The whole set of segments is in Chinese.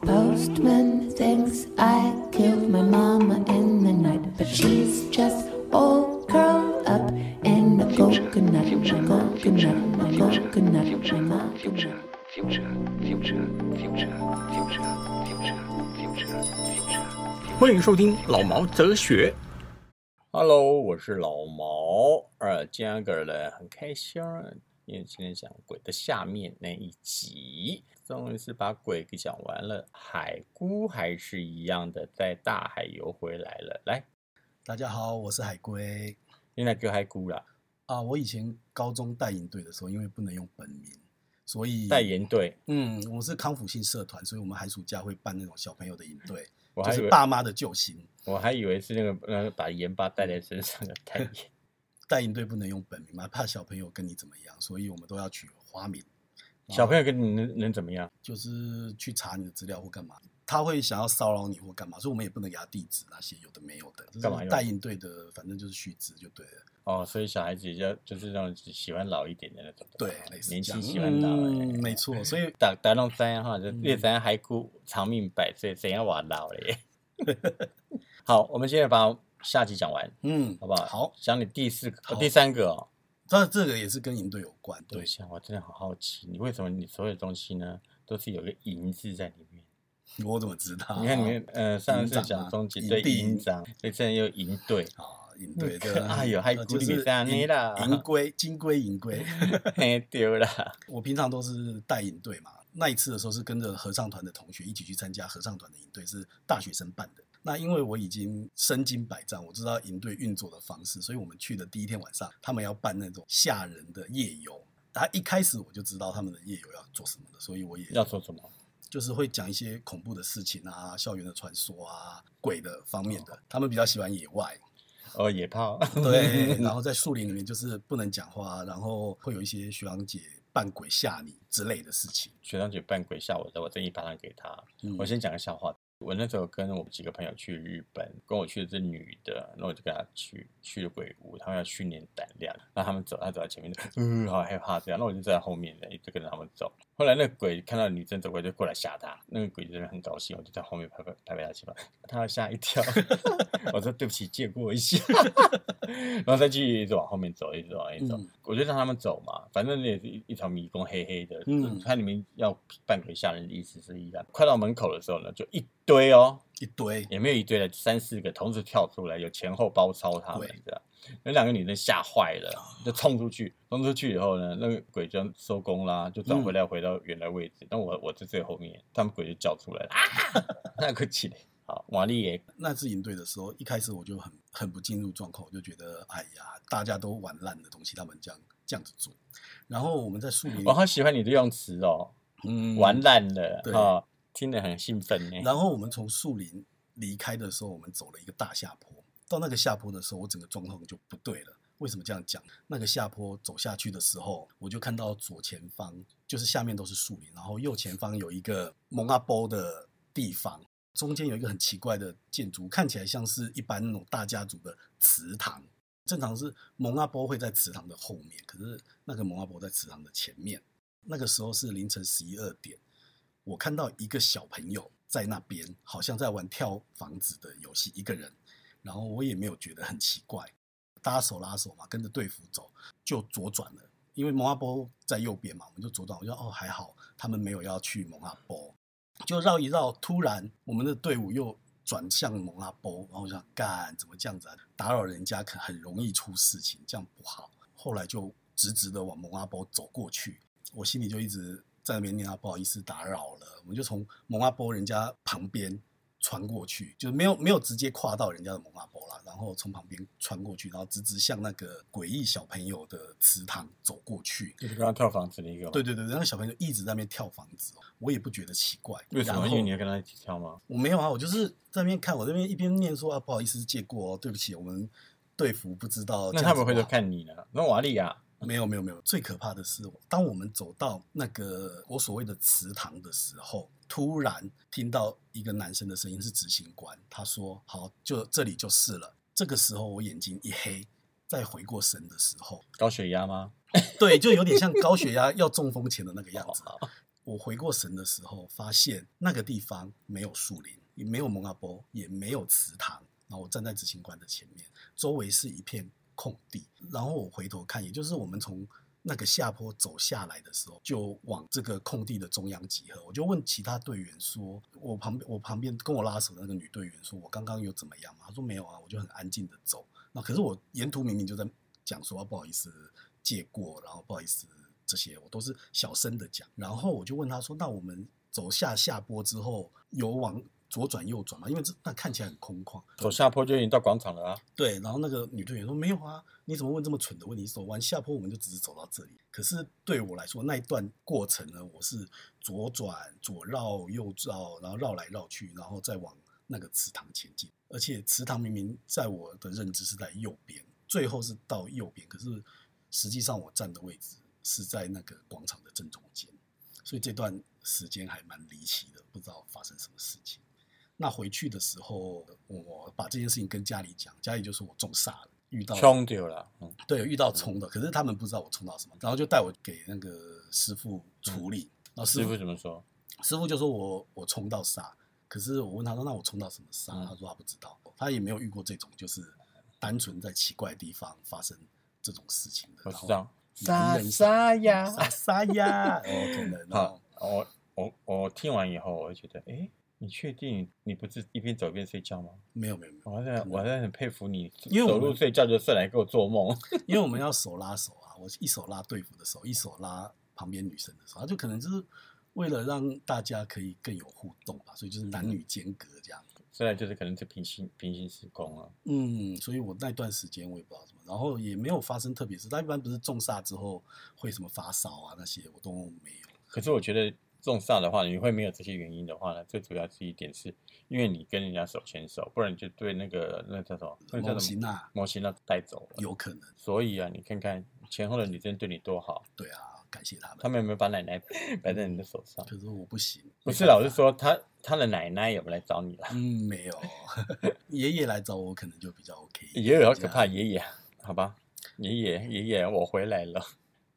Postman thinks I killed my mama in the night, but she's just all curled up in a coconut, a coconut, a coconut, a coconut. future, future, future, future, future, future, future. 欢迎收听老毛哲学。Hello，我是老毛。呃，今天个人很开心啊，因为今天讲鬼的下面那一集，终于是把鬼给讲完了。海姑还是一样的，在大海游回来了。来，大家好，我是海龟你来给我海姑啦，啊。我以前高中带营队的时候，因为不能用本名，所以代言队，嗯，我是康复性社团，所以我们寒暑假会办那种小朋友的营队，我就还以是为爸妈的救星。我还以为是那个呃把盐巴带在身上的代言。带营队不能用本名嘛，怕小朋友跟你怎么样，所以我们都要取花名，小朋友跟你能能怎么样？就是去查你的资料或干嘛。他会想要骚扰你或干嘛，所以我们也不能给他地址那些有的没有的，就干嘛用是带营队的，反正就是须知就对了。哦，所以小孩子也要就是那种喜欢老一点的那种，对，类似年这样轻喜欢老、嗯哎没错。所以大大拢知影哈，就嗯越知影海姑长命百岁，怎样活老 嘞？好，我们现在把下集讲完，嗯，好不好？好，讲你第四个、哦好第三个哦。那这个也是跟营队有关，对对一，下，我真的好好奇，你为什么你所有东西呢都是有个“银”字在里面？我怎么知道？你看，你看，呃，上次啊营长讲啊终极营对地营长，对，这又营 队，啊，银队可 的，爱哟哎还呃鼓励就是这样银你啦银龟、金龟、银 龟。嘿，丢啦，我平常都是带营队嘛，那一次的时候是跟着合唱团的同学一起去参加合唱团的营队，是大学生办的。那因为我已经身经百战，我知道营队运作的方式，所以我们去的第一天晚上，他们要办那种吓人的夜游。他一开始我就知道他们的夜游要做什么的，所以我也要说什么？就是会讲一些恐怖的事情啊、校园的传说啊、鬼的方面的。他们比较喜欢野 外，哦，野炮，对，然后在树林里面就是不能讲话，然后会有一些学长姐扮鬼吓你之类的事情。 学长姐扮鬼吓我的，我真一巴掌给他。嗯我先讲个笑话。我那时候跟我几个朋友去日本，跟我去的是女的，然后我就跟她去去了鬼屋，他们要训练胆量，然后他们走，她走在前面，嗯、好害怕这样，那我就在后面一直跟着他们走。后来那个鬼看到女生走过来，就过来吓她，那个鬼真的很高兴，我就在后面拍拍拍拍她肩膀，她要吓一 跳，我说对不起，借过一下，然后再继续一直往后面走，一直往后面走，嗯我就让他们走嘛，反正也是一一条迷宫，黑黑的，嗯它里面要扮鬼吓人的意思是一样。快到门口的时候呢，就一堆哦，一堆，也没有一堆了，三四个同时跳出来，有前后包抄他们对这样。那两个女生吓坏了，就冲出去。冲出去以后呢，那个鬼就收工啦，就转回来回到原来位嗯置。但我我在最后面，他们鬼就叫 出来了，啊，那个起来。好，玛丽也那次营队的时候，一开始我就很很不进入状况，我就觉得哎呀，大家都玩烂的东西，他们这样这样子做。然后我们在树林我，好喜欢你的用词哦，嗯玩烂了对哈、听得很兴奋呢。然后我们从树林离开的时候，我们走了一个大下坡。到那个下坡的时候，我整个状况就不对了。为什么这样讲？那个下坡走下去的时候，我就看到左前方就是下面都是树林，然后右前方有一个蒙阿波的地方，中间有一个很奇怪的建筑，看起来像是一般那种大家族的祠堂。正常是蒙阿波会在祠堂的后面，可是那个蒙阿波在祠堂的前面。那个时候是凌晨十一二点，我看到一个小朋友在那边，好像在玩跳房子的游戏，一个人。然后我也没有觉得很奇怪，大家手拉手嘛，跟着队服走，就左转了。因为蒙阿波在右边嘛，我们就左转。我就哦还好，他们没有要去蒙阿波，就绕一绕。突然我们的队伍又转向蒙阿波，然后我想干怎么这样子啊？打扰人家可很容易出事情，这样不好。后来就直直的往蒙阿波走过去，我心里就一直在那边念他不好意思打扰了，我们就从蒙阿波人家旁边穿过去，就是没有没有直接跨到人家的蒙阿波啦，然后从旁边穿过去，然后直直向那个诡异小朋友的祠堂走过去。就是刚刚跳房子的一个吗，对对对，那个小朋友一直在那边跳房子哦，我也不觉得奇怪。为什然么？后因为你要跟他一起跳吗？我没有啊，我就是在那边看，我这边一边念说啊，不好意思，借过哦，对不起，我们队服不知道。那哦这他样子们回不头好看你呢？那瓦力啊，没有没有没有，最可怕的是，当我们走到那个我所谓的祠堂的时候，突然听到一个男生的声音，是执行官，他说：“好，就这里就是了。”这个时候我眼睛一黑，再回过神的时候，高血压吗？对，就有点像高血压要中风前的那个样子好。我回过神的时候，发现那个地方没有树林，也没有蒙阿波，也没有祠堂。然后我站在执行官的前面，周围是一片空地。然后我回头看，也就是我们从那个下坡走下来的时候，就往这个空地的中央集合。我就问其他队员说：“我旁边，我旁边跟我拉手的那个女队员说，我刚刚有怎么样吗？”她说：“没有啊。”我就很安静的走。那可是我沿途明明就在讲说、啊不好意思借过，然后不好意思这些，我都是小声的讲。然后我就问他说：“那我们走下下坡之后，有往左转右转吗？因为这那看起来很空旷。”走下坡就已经到广场了啊！对，然后那个女队员说：“没有啊，你怎么问这么蠢的问题？走完下坡我们就只是走到这里。”可是对我来说，那一段过程呢，我是左转、左绕、右绕，然后绕来绕去，然后再往那个池塘前进。而且池塘明明在我的认知是在右边，最后是到右边，可是实际上我站的位置是在那个广场的正中间，所以这段时间还蛮离奇的，不知道发生什么事情。那回去的时候，我把这件事情跟家里讲，家里就说我中煞了，遇到冲掉了，嗯，对有遇到冲的，可是他们不知道我冲到什么，然后就带我给那个师傅处理。然后师嗯师傅傅怎么说？师傅就说我我冲到煞，可是我问他说那我冲到什么煞？嗯他说他不知道，他也没有遇过这种就是单纯在奇怪的地方发生这种事情的。我然知后道。杀沙呀傻傻呀，哦，可 能好哦，，我我我听完以后，我就觉得，诶，你确定你不是一边走一边睡觉吗？没有没有没有，我还在我还在很佩服你，因为我走们路睡觉就算来给我做梦。 因为我们要手拉手啊，我一手拉队服的手，一手拉旁边女生的手，他就可能就是为了让大家可以更有互动吧，所以就是男女嗯间隔这样。虽然就是可能是平行平行时空啊，嗯，所以我那段时间我也不知道什么，然后也没有发生特别事。但一般不是中煞之后会什么发烧啊那些，我都没有。可是我觉得重煞的话，你会没有这些原因的话呢，最主要是一点是因为你跟人家手牵手，不然你就对那个那个叫什么，那个模叫什型么啊，模型那带走了。有可能，所以啊，你看看前后的女生对你多好，对啊，感谢他他们。们有没有把奶奶摆在你的手上？可是我不行，不是没啦，办法我是，说她她的奶奶有没有来找你了？嗯，没有，爷爷来找我可能就比较 OK 一点。爷爷好可怕，爷爷，好吧，爷爷爷爷，我回来了。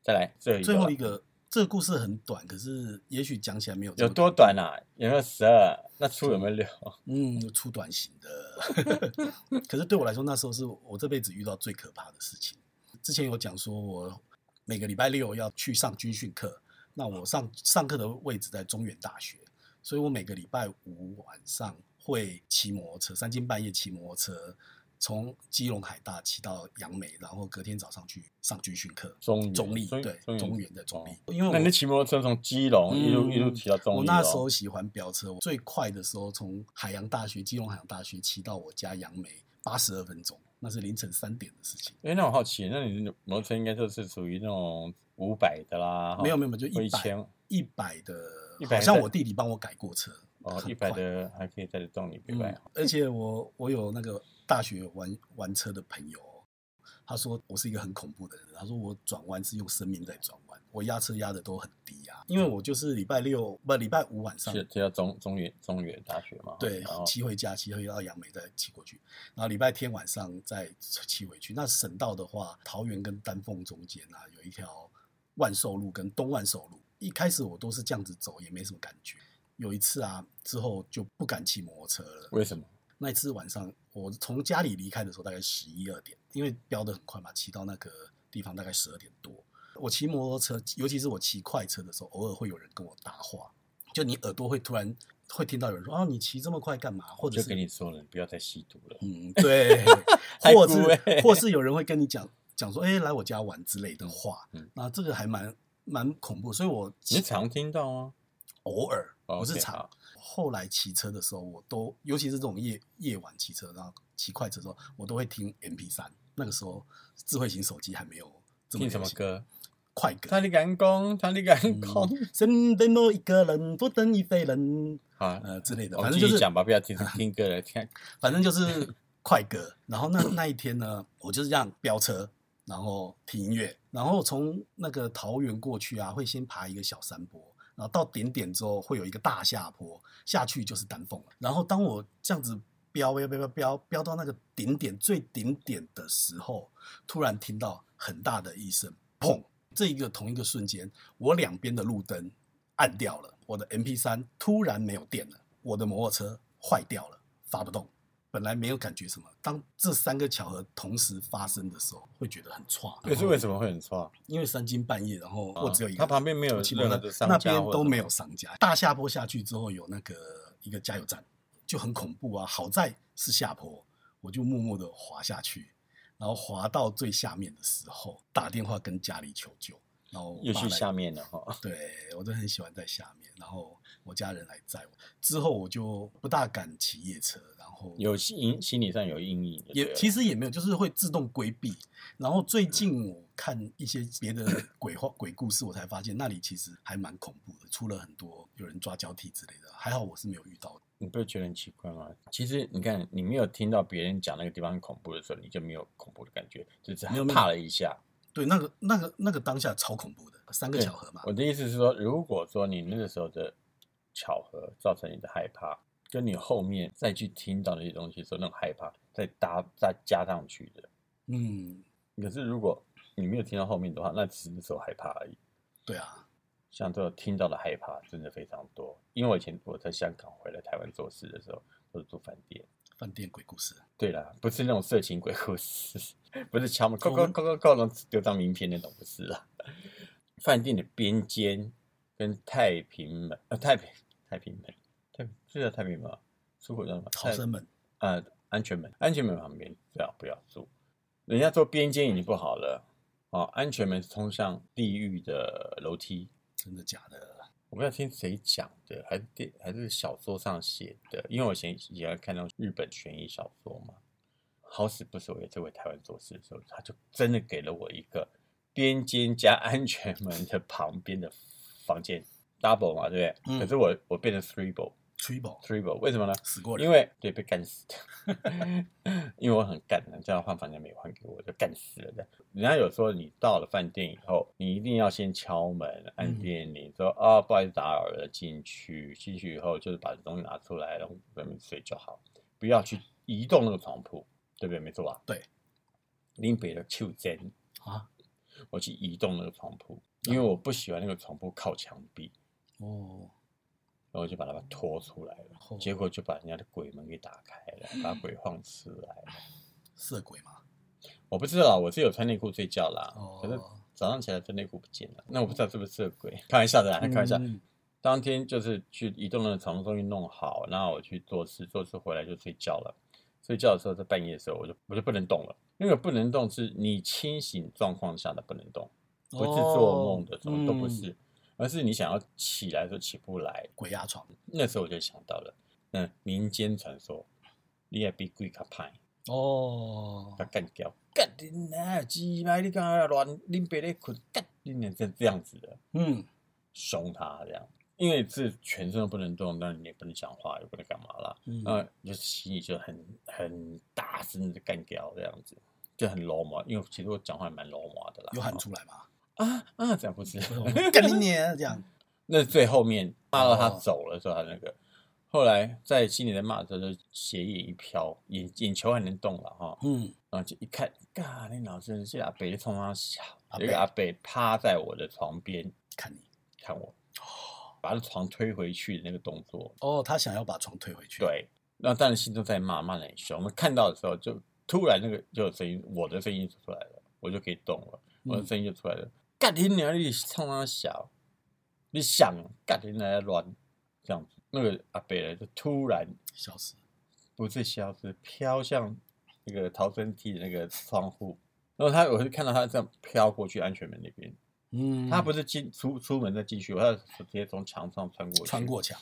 再来，这最后一个，这个故事很短，可是也许讲起来没有这有么多短啊？有没有十二？那粗有没有 六？嗯，粗短型的。 可是对我来说，那时候是我这辈子遇到最可怕的事情。之前有讲说，我每个礼拜六要去上军训课，那我上上课的位置在中原大学，所以我每个礼拜五晚上会骑摩托车，三更半夜骑摩托车。从基隆海大骑到杨梅，然后隔天早上去上军训课。中原中立中对中原哦中原的中立，因那为你我的骑摩托车从基隆一路嗯一路骑到中立哦我那时候喜欢飙车，我最快的时候从海洋大学、基隆海洋大学骑到我家杨梅，八十二分钟，那是凌晨三点的事情。哎，那我好奇，那你的摩托车应该就是属于那种五百的啦，没有没有，没有就有一一百千一百的， 100好像在我弟弟帮我改过车，哦，很一百快的还可以载得动你，对嗯吧？，而且我我有那个大学玩玩车的朋友哦，他说我是一个很恐怖的人。他说我转弯是用生命在转弯，我压车压的都很低啊，因为我就是礼拜六不礼拜五晚上骑骑到中中原中原大学嘛，对然后，骑回家，骑回到杨梅再骑过去，然后礼拜天晚上再骑回去。那省道的话，桃园跟丹凤中间啊，有一条万寿路跟东万寿路。一开始我都是这样子走，也没什么感觉。有一次啊，之后就不敢骑摩托车了。为什么？那一次晚上，我从家里离开的时候大概十一二点，因为飙得很快嘛，骑到那个地方大概十二点多。我骑摩托车，尤其是我骑快车的时候，偶尔会有人跟我搭话，就你耳朵会突然会听到有人说：“啊，你骑这么快干嘛？”或者就是跟你说了，你不要再吸毒了。嗯， 对，还或哭是、欸或是有人会跟你讲讲说：“哎、来我家玩”之类的话。嗯嗯那这个还蛮蛮恐怖，所以我你常听到啊？偶尔哦不是 OK，常好。后来骑车的时候，我都尤其是这种夜夜晚骑车，然后骑快车的时候，我都会听 MP 三。那个时候智慧型手机还没有这么听什流么行？歌？快歌。他的敢攻，他的敢攻，嗯身边多一个人，不等于非 人，好，呃之类的，我反们正继就续是讲吧，不要 听听歌了，听反正就是快歌。然后那那一天呢，我就是这样飙车，然后听音乐，然后从那个桃园过去啊，会先爬一个小山坡，然后到点点之后会有一个大下坡，下去就是丹凤了。然后当我这样子。飙飙飙飙飙飙到那个顶点最顶点的时候，突然听到很大的一声砰，这一个同一个瞬间，我两边的路灯暗掉了，我的 MP 三突然没有电了，我的摩托车坏掉了，发不动。本来没有感觉什么，当这三个巧合同时发生的时候，会觉得很差。可是为什么会很啊差？因为三更半夜，然后啊我只有一个，它旁边没有我骑摩任何托的车商那家边或者都什么没有商家。大下坡下去之后有那个一个加油站，就很恐怖啊。好在是下坡，我就默默的滑下去，然后滑到最下面的时候，打电话跟家里求救，然后我又爸去来下面了 哈。对我都很喜欢在下面，然后我家人来载我。之后我就不大敢骑夜车，然后有心心理上有阴影就对啊了，也其实也没有，就是会自动规避。然后最近我看一些别的嗯鬼话鬼故事，我才发现那里其实还蛮恐怖的，出了很多有人抓交替之类的。还好我是没有遇到的。你不会觉得很奇怪吗？其实你看，你没有听到别人讲那个地方很恐怖的时候，你就没有恐怖的感觉，就只没有是没有怕了一下。对，那个那个那个当下超恐怖的，三个对巧合嘛。我的意思是说，如果说你那个时候的巧合造成你的害怕，跟你后面再去听到那些东西的时候那种害怕，再搭再加上去的。嗯，可是如果你没有听到后面的话，那只是那时候害怕而已。对啊，像这种听到的害怕真的非常多，因为我以前我在香港回来台湾做事的时候，都是住饭店。饭店鬼故事。对啦，不是那种色情鬼故事，不是敲门扣我扣们扣扣扣，然后丢张名片那种，不是啦。饭店的边间跟太平门，呃，太平太平门，太平是叫太平门吗？出口叫什么？逃生门，啊、呃安全门，安全门旁边最好不要住。人家做边间已经不好了，哦，安全门是通向地狱的楼梯。真的假的？我不知道听谁讲的，还是电还是小说上写的，因为我以前也要看那种日本悬疑小说嘛。好死不死，我也是回台湾做事的时候，他就真的给了我一个边间加安全门的旁边的房间 double 嘛，对不对？嗯可是我我变成 triple Triple triple，为什么呢？死过人，因为对被干死的， 因为我很干的，这样换房间没有换给我，我就干死了的。人家有说你到了饭店以后，你一定要先敲门按嗯电铃，说啊、不好意思打扰了，进去。进去以后就是把东西拿出来，然后在那边睡就好，不要去移动那个床铺，对不对？没错吧？对，拎别的袖珍啊，我去移动那个床铺，因嗯为我不喜欢那个床铺靠墙壁，哦，然后就把它拖出来了，哦结果就把人家的鬼门给打开了， 把鬼放出来了。色鬼嘛。我不知道，我是有穿内裤睡觉啦，哦可是早上起来这内裤不见了，那我不知道是不是色鬼，开玩笑的啦，开玩笑。嗯当天就是去移动的床终于弄好，然后我去做事，做事回来就睡觉了。睡觉的时候在半夜的时候，我就我就不能动了，因为不能动是你清醒状况下的不能动，不是做梦的，哦什么都不嗯是，而是你想要起来的时候起不来，鬼压床。那时候我就想到了，嗯，民间传说，你也比鬼较歹，哦他，干掉，干你那鸡巴，你干乱，恁别咧困，干你那这这样子的，嗯，凶他这样，因为是全身都不能动，那你也不能讲话，也不能干嘛啦，嗯那、就是心里就很很大声的干掉这样子，就很柔嘛，因为其实我讲话也蛮柔嘛的啦，有喊出来吗？啊啊，这样不是，我 说干你娘这样。 那是最后面骂到他哦走了之后，他那个后来在心里在骂的时候，就斜眼一飘，眼眼球还能动了哈，嗯，然后呃就一看，嘎，那老真是阿北冲他笑，阿有伯一个阿北趴在我的床边看你。看我，把他床推回去的那个动作，哦，他想要把床推回去。，对，那当然心中在骂，骂得很凶。我们看到的时候，就突然那个就有声音，我的声音就出来了，我就可以动了，嗯我的声音就出来了。干你娘！你冲他小，你想干你娘乱这样子。那个阿北呢，就突然笑死。不是消失，飘向那个逃生梯的那个窗户。然后他，我就看到他这样飘过去安全门那边。嗯，他不是进出出门再进去，他直接从墙上穿过去。穿过墙，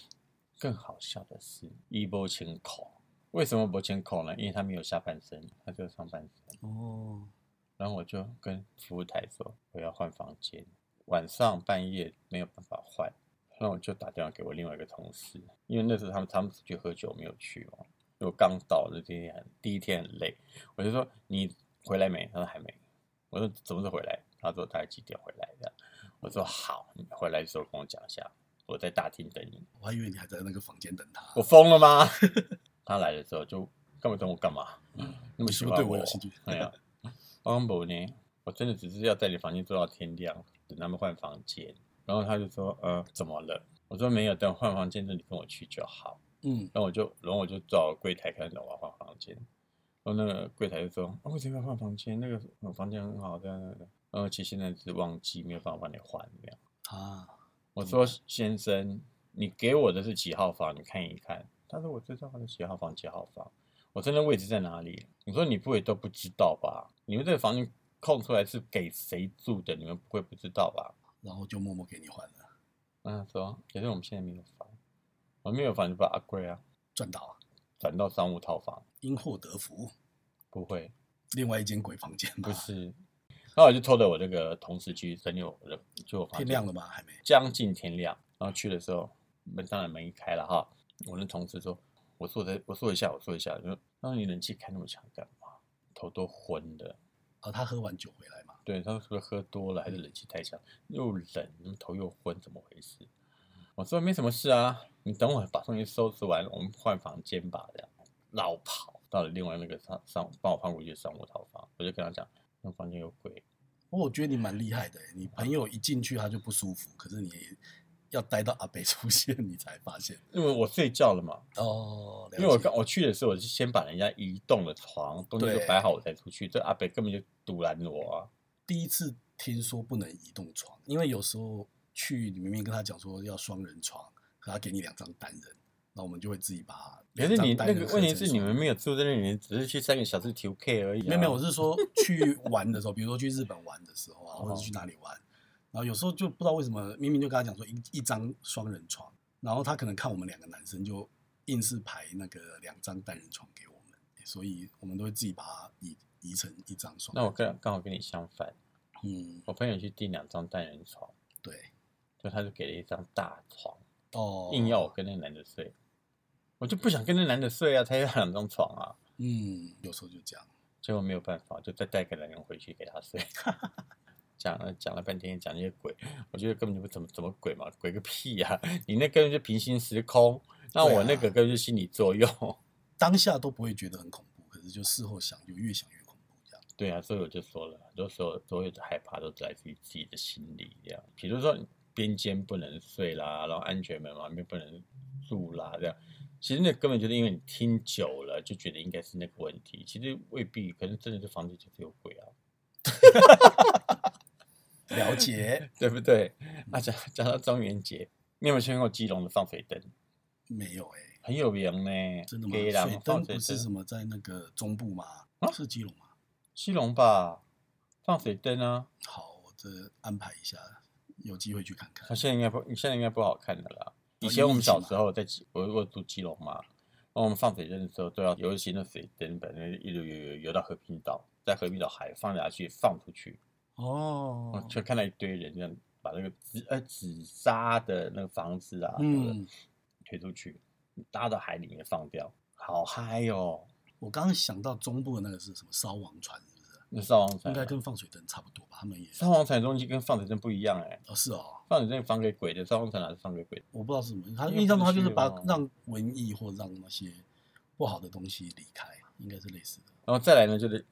更好笑的是，一波千口。为什么不千口呢？因为他没有下半身，他只有上半身。哦，然后我就跟服务台说，我要换房间，晚上半夜没有办法换。然后我就打电话给我另外一个同事，因为那时候他们他们出去喝酒没有去嘛，我刚到那天很第一天很累，我就说你回来没？他说还没。我说什么时候回来？他说大概几点回来的？我说好，你回来的时候跟我讲一下，我在大厅等你。 我还以为你还在那个房间等他。我疯了吗？他来的时候就干嘛等我干嘛？那么嗯你喜是不欢是对我有兴趣？ 哎呀，安博呢？我真的只是要在你房间坐到天亮，等他们换房间。然后他就说：“呃，怎么了？”我说：“没有，等换房间之后你跟我去就好。”嗯，然后我就，然后我就找柜台看找我要换房间，然后那个柜台就说：“啊，为什么要换房间？那个呃房间很好，这样这样。这样”然后其实现在是忘记没有办法帮你换这样。啊，我说：“先生，你给我的是几号房？你看一看。”他说：“我知道的几号房，几号房。”我说：“那位置在哪里？”你说：“你不会都不知道吧？你们这个房间空出来是给谁住的？你们不会不知道吧？”然后就默默给你换了，然后他说：“可是我们现在没有房，我们没有房就把阿贵啊赚到，转到商务套房，因祸得福。不会。”另外一间鬼房间吧不，是，然后我就拖着我这个同事去整理我的，就我房天间亮了吗？还没。将近天亮，然后去的时候门当然门一开了哈，我那同事说，我坐在我坐一下，我坐一下，就说，他说你冷气开那么强干嘛？头都昏的，哦，他喝完酒回来嘛，对，他说是不是喝多了还是冷气太强，又冷，头又昏，怎么回事？我说没什么事啊，你等我把东西收拾完，我们换房间吧，这样绕跑到了另外那个上上帮我换过去的商务套房，我就跟他讲，那房间有鬼。哦我觉得你蛮厉害的欸，你朋友一进去他就不舒服，可是你要待到阿北出现，你才发现因为我睡觉了嘛，哦。了因为我解刚我去的时候，我是先把人家移动了床，东西都对摆好，我才出去。这阿北根本就堵拦我啊！第一次听说不能移动床，因为有时候去你明明跟他讲说要双人床，可他给你两张单人，那我们就会自己把可两是张你单那人个合问题成是你双们人没有住在那里，你只是去三个小时调 K 而已、啊。没有没有，我是说去玩的时候，比如说去日本玩的时候啊，哦或者是去哪里玩，然后有时候就不知道为什么，明明就跟他讲说一一张双人床，然后他可能看我们两个男生就硬是排那个两张单人床给我们，所以我们都会自己把它移移成一张双那人。我跟刚好跟你相反，嗯，我朋友去订两张单人床，对，就他就给了一张大床，哦，硬要我跟那男的睡，我就不想跟那男的睡啊，才要两张床啊。嗯，有时候就这样。结果没有办法，就再带个男人回去给他睡。 讲了讲了半天，讲那些鬼，我觉得根本就不怎么怎么鬼嘛，鬼个屁呀、 你那根本就平行时空，那对啊我那个根本就心理作用。 当下都不会觉得很恐怖，可是就事后想就越想越恐怖这样。对啊，所以我就说了，就所有所有的害怕都来自于自己的心理，这样。比如说边间不能睡啦，然后安全门旁边不能住啦，这样。其实那根本就是因为你听久了就觉得应该是那个问题，其实未必，可能真的这房子就是有鬼啊。了 解对不对？啊，讲讲到中元节，你有没有去过基隆的放水灯？没有哎、很有名呢，真的吗？基隆水哦灯放水不是什灯，么在那个中部吗？啊是基隆吗？基隆吧？放水灯啊，好，我这安排一下，有机会去看看它。现在应该不，现在应该不好看的啦。以哦前我们因为疫情小嘛时候在基，我我住基隆嘛，然后我们放水灯的时候都要游行的水灯，把那一路游游游到和平岛，在和平岛海放下去，放出去，我哦就看到一堆人这样把那个纸呃纸扎的那个房子啊，嗯，推出去，搭到海里面放掉，好嗨哦！我刚刚想到中部的那个是什么烧王船，是不是？那烧王船应啊该跟放水灯差不多吧？他们也烧王船的东西跟放水灯不一样哎、哦，是哦，放水灯放给鬼的，烧王船哪是放给鬼的？我不知道是什么。他因为印象中他就是不是把哦让文艺或让那些不好的东西离开，应该是类似的。然后再来呢，就是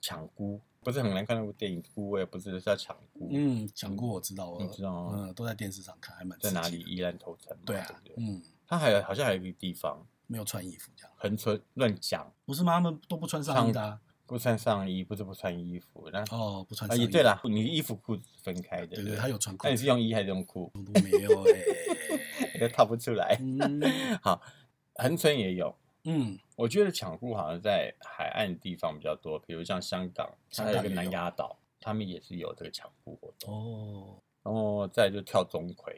抢菇，不是很难看那部电影《菇味》，不是就是要抢菇？，嗯，讲过我知道，我你知道哦嗯，都在电视上看，还蛮在哪刺里？激的宜兰头城嘛，对对啊不，对？嗯，他还有好像还有一个地方，没有穿衣服这样，横村乱讲，不是吗？他们都不穿上衣的啊、不穿上衣，不是不穿衣服，那哦，不穿啊上衣。也对，啦，你衣服裤子是分开的，对不对，他有穿裤那你子是，用衣还是用裤？我都没有哎、 都套不出来。嗯好，横村也有，嗯，我觉得抢固好像在海岸地方比较多，比如像香港，它香还有港一个也南有丫岛，他们也是有这个抢固活动。哦，然后再来就跳钟馗，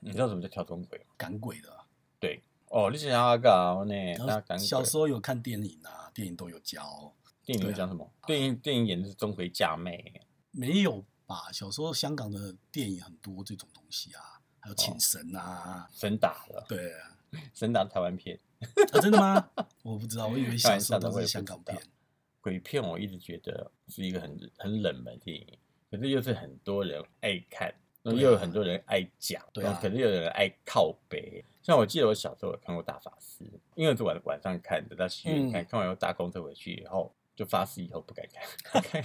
你知道什么叫跳钟馗吗？赶鬼的啊。对，哦，你想要搞呢？那然后哎赶哦小时鬼。候有看电影啊，电影都有教，电影会对啊讲什么？电影电影演的是钟馗嫁妹，没有吧？小时候香港的电影很多这种东西啊，还哦有请神啊，神打了，对啊，神打台湾片，啊真的吗？我不知道，我以为小时候都是香港开玩笑的我也不知。鬼片片我一直觉得是一个很很冷门的电影，可是又是很多人爱看，那对啊又有很多人爱讲，对啊然后可是又有人爱靠北。像我记得我小时候有看过大法师，因为我是晚晚上看的，到戏院嗯看，看完又搭公车回去以后，就发誓以后不敢 看，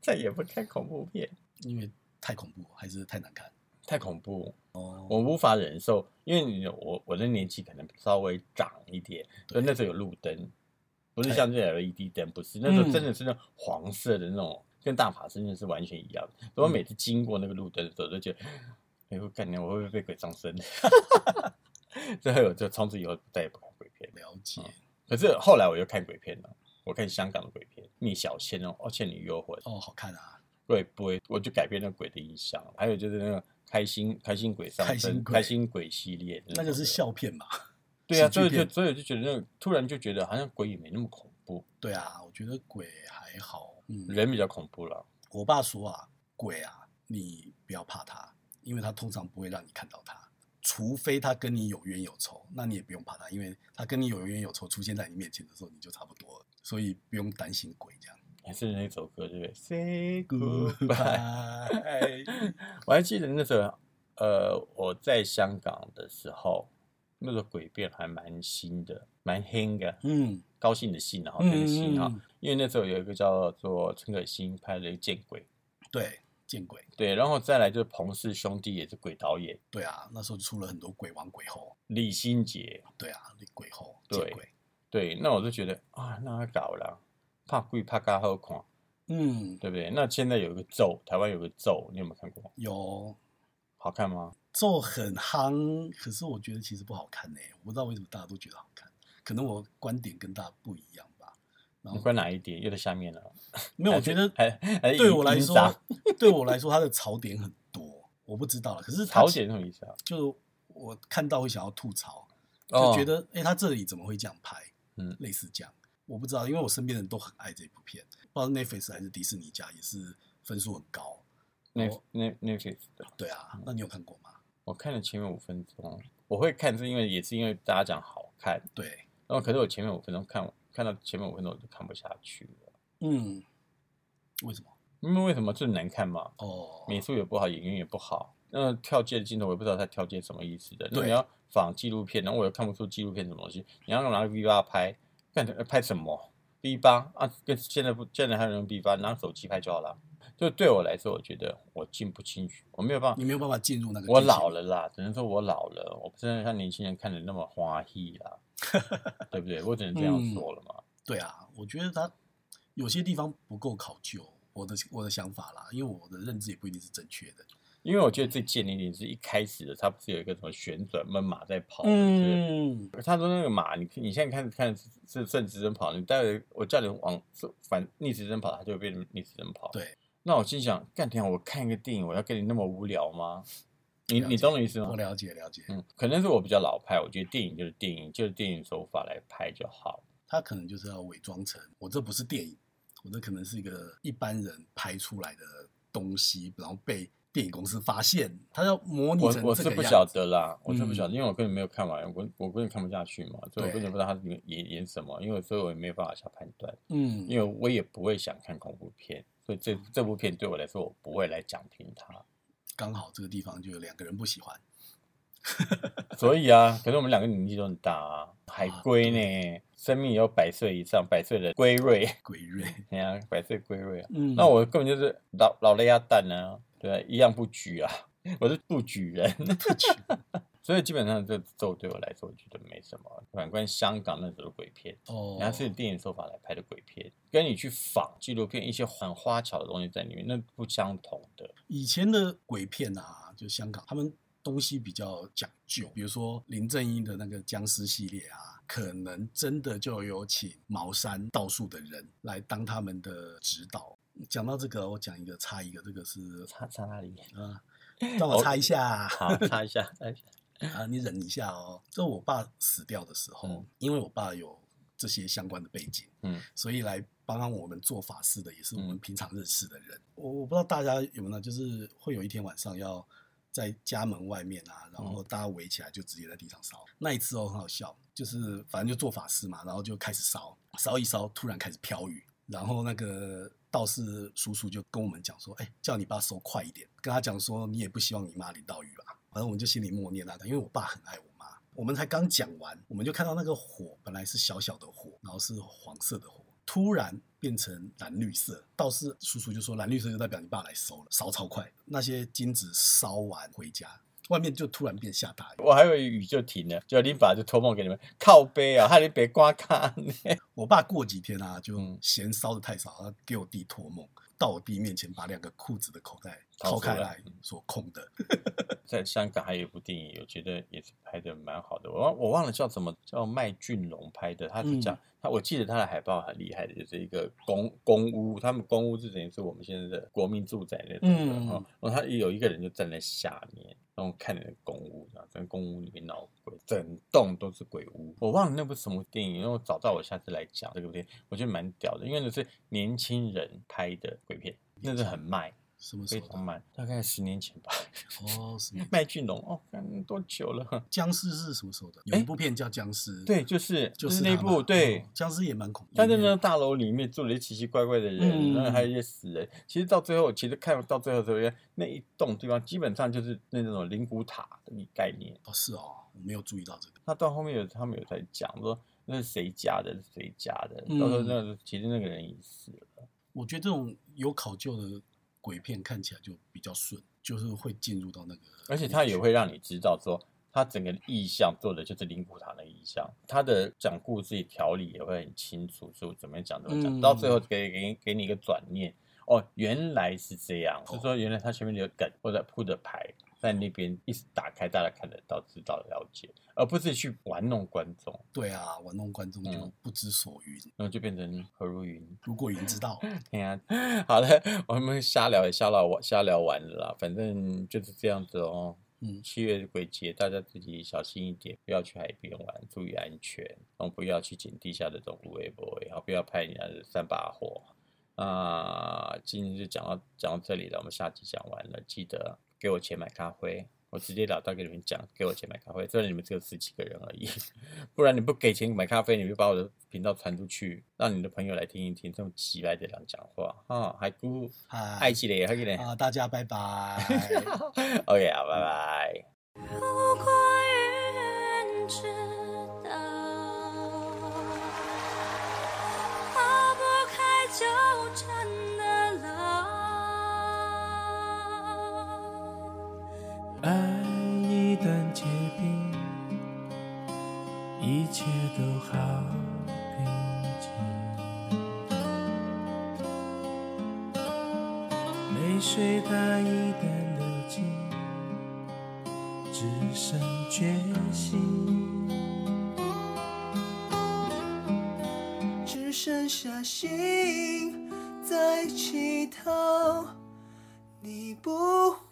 再也不看恐怖片，因为太恐怖还是太难看太恐怖，哦。我无法忍受。因为你我我的年纪可能稍微长一点，所呃以那时候有路灯，不是像哎这 LED 灯，不是那嗯时候真的是那种黄色的那种，跟大法师那是完全一样的。嗯所以我每次经过那个路灯的时候，都觉得，哎呦，干娘，我会不会被鬼上身？ 最后我就从此以后再也不看鬼片了。了解可是后来我又看鬼片了，我看香港的鬼片，《聂小倩》那种《哦倩女幽魂》哦，好看啊，鬼不会，我就改变了鬼的印象。还有就是那个开心开心鬼上开心身，鬼开心鬼系列的种的，那个是笑片吧？对啊，喜所剧以就片所以我就觉得那个突然就觉得好像鬼也没那么恐怖， 对啊，我觉得鬼还好。嗯，人比较恐怖了。我爸说啊，鬼啊，你不要怕他，因为他通常不会让你看到他，除非他跟你有冤有仇，那你也不用怕他，因为他跟你有冤有仇出现在你面前的时候，你就差不多了，所以不用担心鬼这样。还是那首歌对不对？Say goodbye。 Goodbye。 我还记得那时候，呃，我在香港的时候，那个鬼片还蛮新的，蛮黑的，嗯，高兴的啊兴然后那个兴哈嗯嗯嗯，因为那时候有一个叫做陈可辛拍了一个《见鬼》，对，见鬼。对，然后再来就是彭氏兄弟也是鬼导演，对啊，那时候出了很多鬼王鬼后，李心洁，对啊，鬼后见对鬼，对，那我就觉得啊，那他搞了，怕鬼怕嘎好看，嗯，对不对？那现在有一个咒，台湾有个咒，你有没有看过？有好看吗？咒很夯，可是我觉得其实不好看呢、我不知道为什么大家都觉得好看，可能我观点跟大家不一样吧。然你后关哪一点？又在下面了。没有，我还是觉得还还是对引我来引说导，对我来说它的槽点很多，我不知道了。可是它朝鲜是什么意思啊？就我看到会想要吐槽，哦就觉得哎、诶他这里怎么会这样拍？嗯类似这样，我不知道，因为我身边人都很爱这部片，不知道是 Netflix 还是迪士尼家也是分数很高。那我那那个的，对啊，嗯那你有看过吗？我看了前面五分钟，我会看是因为也是因为大家讲好看，对，然后可是我前面五分钟看看到前面五分钟我就看不下去了，嗯，为什么？因为为什么这难看嘛？哦，美术也不好，演员也不好。那跳接的镜头，我也不知道他跳接什么意思的。那对你要仿纪录片，然后我又看不出纪录片什么东西。你要拿 V 八拍，干呃拍什么？V 八啊，跟现在不现在还有人用 V 八，拿手机拍就好了。就对我来说，我觉得我进不进去，我没有办法你，没有办法进入那个。我老，了啦，只能说我老了，我不真的像年轻人看的那么欢喜 啦，对不对？我只能这样嗯说了嘛。对啊，我觉得他有些地方不够考究，我的我的想法啦，因为我的认知也不一定是正确的。因为我觉得最贱的一点是一开始的，它不是有一个什么旋转闷马在跑，是不是嗯，他说那个马，你你现在看看是是顺时针跑，你待会我叫你往反逆时针跑，它就会变成逆时针跑。对，那我心想，干天啊，我看一个电影，我要跟你那么无聊吗？你了解你懂我意思吗我？了解了解，嗯，可能是我比较老派，我觉得电影就是电影，就是电影手法来拍就好。他可能就是要伪装成我这不是电影，我这可能是一个一般人拍出来的东西，然后被电影公司发现，他要模拟我成我这是个不样晓子得啦，我是不嗯晓得，因为我根本没有看完，我我根本看不下去嘛，所以我根对本不知道他里面演演什么，因为所以我也没有办法下判断，嗯，因为我也不会想看恐怖片，所以这这部片对我来说，我不会来讲评它。刚好这个地方就有两个人不喜欢。所以啊，可是我们两个年纪都很大啊。海龟呢，生命有百岁以上，百岁的龟瑞， 鬼月，哎呀，百岁龟瑞啊。嗯 那我根本就是老老了鸭蛋啊，对啊一样不举啊， 我是不举人。所以基本上这咒对我来说，我觉得没什么。反观香港那时候的鬼片，哦人，家是电影手法来拍的鬼片，跟你去仿纪录片一些很花巧的东西在里面，那不相同的。以前的鬼片啊，就香港，他们东西比较讲究，比如说林正英的那个僵尸系列啊，可能真的就有请茅山道术的人来当他们的指导。讲到这个，我讲一个插一个，这个是插插哪里？ 啊，让我插一下啊。好，插一下，插一下。啊，你忍一下哦。就我爸死掉的时候，嗯因为我爸有这些相关的背景，嗯，所以来帮帮我们做法事的也是我们嗯平常认识的人。我我不知道大家有没有呢，就是会有一天晚上要在家门外面啊，然嗯后大家围起来就直接在地上烧。那一次哦，很好笑，就是反正就做法事嘛，然后就开始烧，烧一烧，突然开始飘雨。然后那个道士叔叔就跟我们讲说，哎，叫你爸收快一点，跟他讲说你也不希望你妈淋到雨吧。啊反正我们就心里默念那个，因为我爸很爱我妈。我们才刚讲完，我们就看到那个火本来是小小的火，然后是黄色的火，突然变成蓝绿色。道士叔叔就说蓝绿色就代表你爸来收了，烧超快。那些金子烧完回家，外面就突然变下大雨。我还以为雨就停了，结果林爸就托梦给你们靠背啊，害你别刮卡呢。我爸过几天啊，就嗯嫌烧的太少，他给我弟托梦，到我弟面前把两个裤子的口袋掏掏出来开来，说空的。在香港还有一部电影，我觉得也是拍的蛮好的，我忘我忘了叫什么，叫麦浚龙拍的。他是讲、他，我记得他的海报很厉害的，就是一个公公屋，他们公屋是等于是我们现在的国民住宅那种的嗯哈、然后他有一个人就站在下面，然后看着那个公屋，然后在公屋里面闹鬼，整栋都是鬼屋。我忘了那部什么电影，因为我找到我下次来讲这个电影，我觉得蛮屌的，因为那是年轻人拍的鬼片，那是很卖，什么时非候常的？卖，大概十年前吧。哦，什么？麦浚龙哦，看多久了？僵尸是什么时候的？有一部片叫《僵尸》，对，就是 就是那他部嘛对哦。僵尸也蛮恐怖。但是呢，，大楼里面住了一些奇奇怪怪的人，嗯然后还有一些死人。其实到最后，其实看到最后的时候，那一栋地方基本上就是那种灵骨塔的概念。哦是哦，我没有注意到这个。那到后面有他们有在讲说那是谁家的，是谁家的。嗯到时候那个其实那个人已死了。我觉得这种有考究的鬼片看起来就比较顺，就是会进入到那个，而且它也会让你知道说，它整个意象做的就是灵骨塔的意象，它的讲故事条理也会很清楚，所以我怎么讲怎么讲，嗯到最后给给你给你一个转念，哦，原来是这样，哦就说原来它前面有梗或者铺的牌在那边一直打开，大家看得到、知道、了解，而不是去玩弄观众，对啊，玩弄观众就嗯不知所云。然后就变成何如云。如果云 知道，哎呀， 好了，我们瞎聊也瞎聊完，瞎聊完了啦，反正就是这样子哦。嗯七月鬼节，大家自己小心一点，不要去海边玩，注意安全，然后不要去捡地下的这种无微不微，好，不要拍人家的三把火。啊，今天就讲到讲到这里了，我们下期讲完了，记得给我钱买咖啡。我直截了当给你们讲，给我钱买咖啡。虽然你们只有十几个人而已，不然你不给钱买咖啡，你就把我的频道传出去，让你的朋友来听一听这种奇怪的人讲话啊，还姑爱嗨起来，还给你。哎啊，大家拜 拜。 OK 啊，拜拜。如果云知道，花不开就真的老。爱一旦结冰，一切都好平静。泪水它一旦流尽，只剩决心，只剩下心在祈祷，你不会。